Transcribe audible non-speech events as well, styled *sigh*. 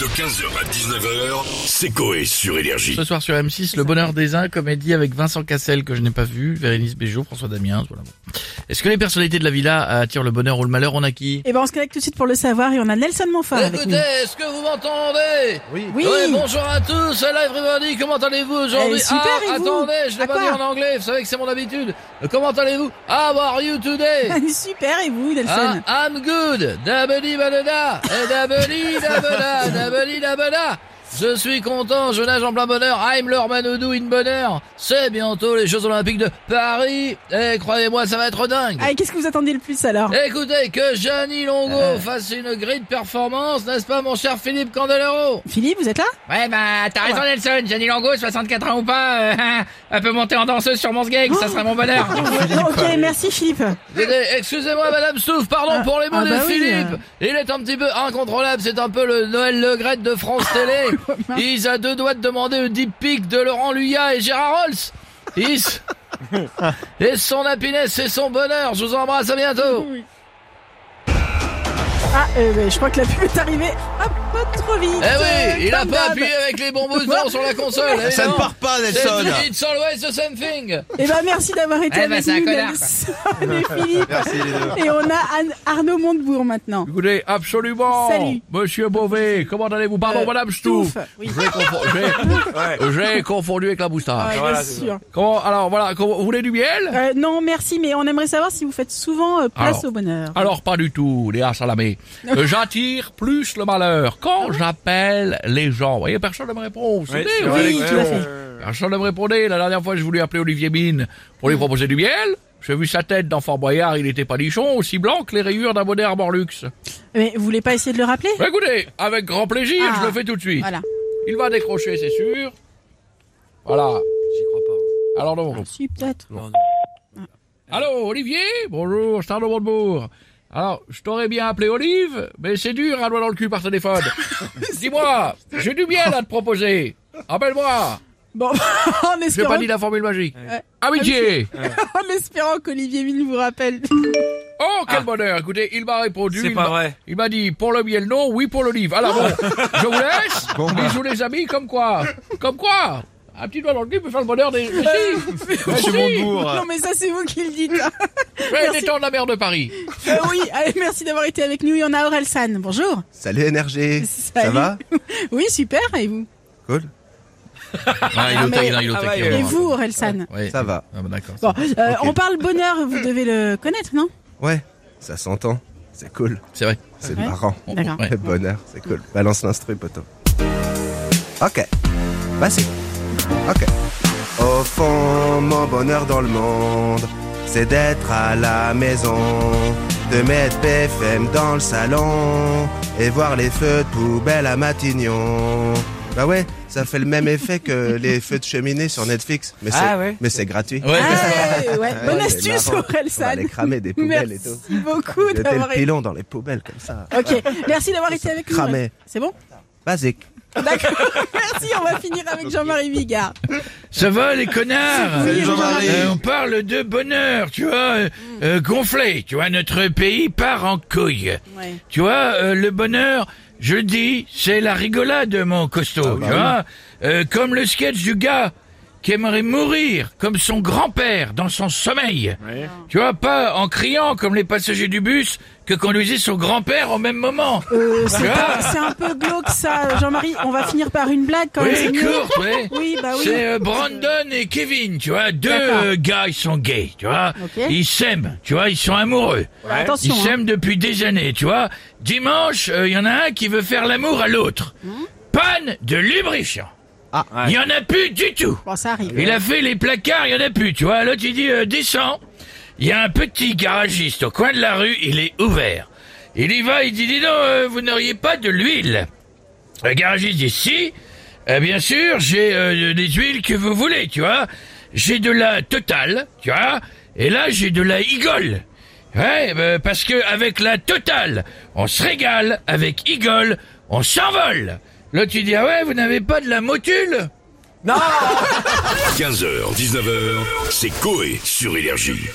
De 15h à 19h, c'est Coé sur Énergie. Ce soir sur M6, Le Bonheur des uns, comédie avec Vincent Cassel que je n'ai pas vu, Véronice Béjot, François Damien. Voilà. Est-ce que les personnalités de la villa attirent le bonheur ou le malheur On a qui Et ben on se connecte tout de suite pour le savoir et on a Nelson Montfort avec nous. est-ce que vous m'entendez Oui. Oui. Ouais, bonjour à tous, hello everybody, comment allez-vous aujourd'hui Eh, super, Ah, et vous attendez, je l'ai À pas quoi dit en anglais, vous savez que c'est mon habitude. Euh, Comment allez-vous How are you today *laughs* Super et vous Ah, Nelson I'm good. Dabadi badada. Eh, dabadi dabada. Dabadi dabada. Je suis content, je nage en plein bonheur. I'm leur Manodou in bonheur. C'est bientôt les Jeux Olympiques de Paris. Eh, croyez-moi, ça va être dingue. Ah, et qu'est-ce que vous attendez le plus alors Écoutez, que Gianni Longo fasse une grille de performance, n'est-ce pas, mon cher Philippe Candelaro Philippe, vous êtes là Ouais, bah, t'as raison, Nelson. Gianni Longo, 64 ans ou pas, euh, *laughs* un peu monter en danseuse sur mon sgeg, ça serait mon bonheur. Non, Ah, Ok, merci Philippe. Écoutez, Excusez-moi, Madame Souf, pardon Ah, pour les mots ah de bah oui, Philippe. Il est un petit peu incontrôlable, c'est un peu le Noël Legrette de France Ah, *laughs* Télé. Ils a deux doigts de demander le deep pic de Laurent Luyat et Gérard Rolls. Ils... *laughs* Et son happiness et son bonheur, je vous embrasse, à bientôt. Ah, euh, ben, je crois que la pub est arrivée. Hop, pas trop vite. Eh oui, il a comme pas d'hab. appuyé avec les bons boutons sur la console. Ça ne évidemment. part pas, C'est Nelson. It's always the same thing. Eh ben merci d'avoir été Eh ben, avec c'est un nous connard, Nelson *laughs* et Philippe. Et on a Anne- Arnaud Montebourg maintenant. Écoutez, absolument. Salut. Monsieur Beauvais, comment allez-vous Pardon, Euh, Madame Stouff. Stouff. Oui, J'ai confondu- j'ai- J'ai confondu avec la Ah, moustache. bien sûr. Comment- alors voilà, comment- vous voulez du miel Euh, non, merci, mais on aimerait savoir si vous faites souvent euh, place Alors. au bonheur. Alors pas du tout, Léa *laughs* Salamé. Euh, J'attire plus le malheur Ah quand j'appelle les gens. Vous voyez, personne ne me répond. Vous savez, c'est vous vrai, savez, ouais, tout à fait. Personne ne me répondait. La dernière fois, j'ai voulu appeler Olivier Mine pour Mm. lui proposer du miel. J'ai vu sa tête dans Fort Boyard, il était palichon, aussi blanc que les rayures d'un bonnet Armor Luxe. Mais vous voulez pas essayer de le rappeler Bah, écoutez, avec grand plaisir, Ah. je le fais tout de suite. Voilà. Il va décrocher, c'est sûr. Voilà. J'y crois pas. Alors non. Si, peut-être. Allô, Olivier Bonjour, Charles de Montebourg. Alors, je t'aurais bien appelé Olive, mais c'est dur à doigt dans le cul par téléphone. Dis-moi, j'ai du miel à te proposer. Appelle-moi. Bon, *laughs* en J'ai pas espérant, dit la formule magique. Ouais. Amitié. *laughs* en espérant qu'Olivier Mine vous rappelle. Oh, quel Ah. bonheur. Écoutez, il m'a répondu. C'est il pas m'a- vrai. Il m'a dit, pour le miel, non, oui pour l'olive. Alors bon, je vous laisse. Bisous les amis, comme quoi. Comme quoi. Un petit doigt dans le cul peut faire le bonheur des... Mais *laughs* si. Mais si. Monsieur Montebourg. Non, mais ça, c'est vous qui le dites. Ouais, Merci. détendre la mer de Paris. Euh, oui, allez, merci d'avoir été avec nous. Il y en a Aurel San. Bonjour. Salut NRG, ça Salut. va *laughs* Oui, super. Et vous Cool Ah, il est au taquin, il est au taquin. Et vous, Aurel San Ouais. Ça va. Ah, bah, d'accord. Bon, euh, on parle bonheur, vous devez le connaître, non Ouais, ça s'entend, c'est cool, C'est vrai. c'est Ouais. marrant, On- D'accord. ouais. le bonheur, c'est cool. Balance l'instru, poteau. Ok, bah si, ok. Au fond, mon bonheur dans le monde, c'est d'être à la maison, de mettre BFM dans le salon et voir les feux de poubelle à Matignon. Bah ouais, ça fait le même effet que les feux de cheminée sur Netflix, mais c'est Ah ouais. mais c'est gratuit. Ouais. Ah, ouais, Ouais, Bonne c'est astuce, marrant. Aurel On va San. les *laughs* cramer des poubelles Merci et tout. beaucoup Jeter d'avoir le été. pilon dans les poubelles comme ça. Ok, merci d'avoir été Ça avec nous. cramait. Aurel. C'est bon Basique. *laughs* Merci, on va finir avec Jean-Marie Bigard. Ça va, les connards Oui, Jean-Marie. Euh, On parle de bonheur, tu vois, euh, euh, gonflé. Tu vois, notre pays part en couille. Ouais. Tu vois, euh, le bonheur, je le dis, c'est la rigolade, mon costaud. tu vois, Euh, comme le sketch du gars qui aimerait mourir comme son grand-père dans son sommeil. Tu vois, pas en criant comme les passagers du bus que conduisait son grand-père au même moment. Euh, c'est Tu vois pas- c'est un peu glauque ça, Jean-Marie. On va finir par une blague quand même. c'est Oui, mieux. courte, ouais. Oui, bah oui. C'est euh, Brandon et Kevin, tu vois, deux D'accord. euh, gars, ils sont gays, tu vois. Ok. Ils s'aiment, tu vois, ils sont amoureux. Attention. Ils hein. s'aiment depuis des années, tu vois. Dimanche, euh, il y en a un qui veut faire l'amour à l'autre. Hmm. Panne de lubrifiant. Ah, Il y en a plus du tout. Bon, ça arrive. Il a fait les placards, il y en a plus, tu vois. L'autre, il dit, euh, descends. Il y a un petit garagiste au coin de la rue, il est ouvert. Il y va, il dit, dis donc, euh, vous n'auriez pas de l'huile Le garagiste dit, si, euh, bien sûr, j'ai euh, des huiles que vous voulez, tu vois. J'ai de la totale, tu vois. Et là, j'ai de la igole. Ouais, ben, parce que avec la totale, on se régale, avec igole, on s'envole. L'autre, il dit, ah ouais, vous n'avez pas de la motule 15h, 19h, c'est Coé sur Énergie.